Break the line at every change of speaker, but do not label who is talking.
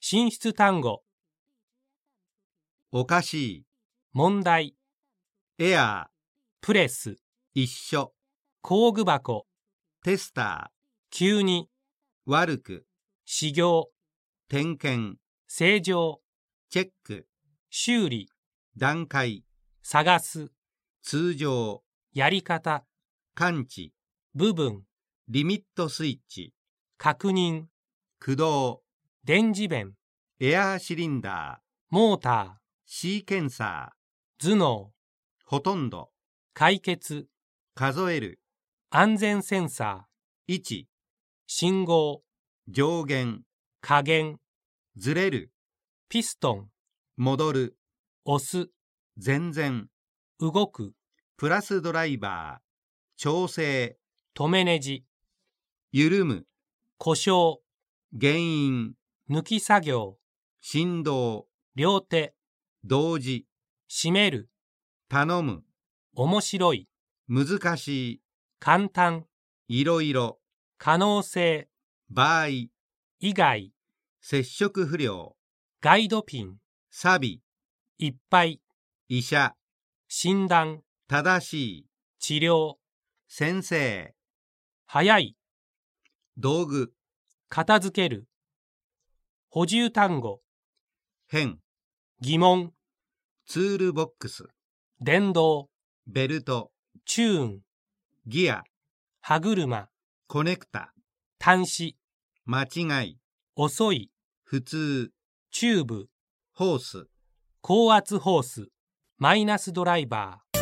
進出単語、
おかし
問題、
い、エア
プレス、
ー、一緒、
工具箱、
テスタ
急に、
ー、悪く、
始業、
点検、
正常、
チェック、
修理、
段階、
探す、
通常、
やり方、
感知、
部分、
リミットスイッチ、
確認、
駆動、
電磁弁、
エアーシリンダー、
モータ
C 検査、
ー、頭脳、
ほとんど、
解決、
数える、
安全センサー、
1、
信号、
上限、
加減、
ずれる、
ピストン、
戻る、
押す、
全然、
動く、
プラスドライバー、調整、
止めネジ、
緩む、
故障、
原因、
抜き作業、
振動、
両手、
同時、
締める、
頼む、
面白い、
難し
簡単、
い、いろいろ、
可能性、
場合、
以外、
接触不良、
ガイドピン、
サビ、
いっぱい、
医者、
診断、
正しい、
治療、
先生、
早い、
道具、
片付ける。補充単語、
変、
疑問、
ツールボックス、
電動、
ベルト、
チューン、
ギア、
歯車、
コネクタ、
端子、
間違い、
遅い、
普通、
チューブ、
ホース。
高圧ホース、マイナスドライバー。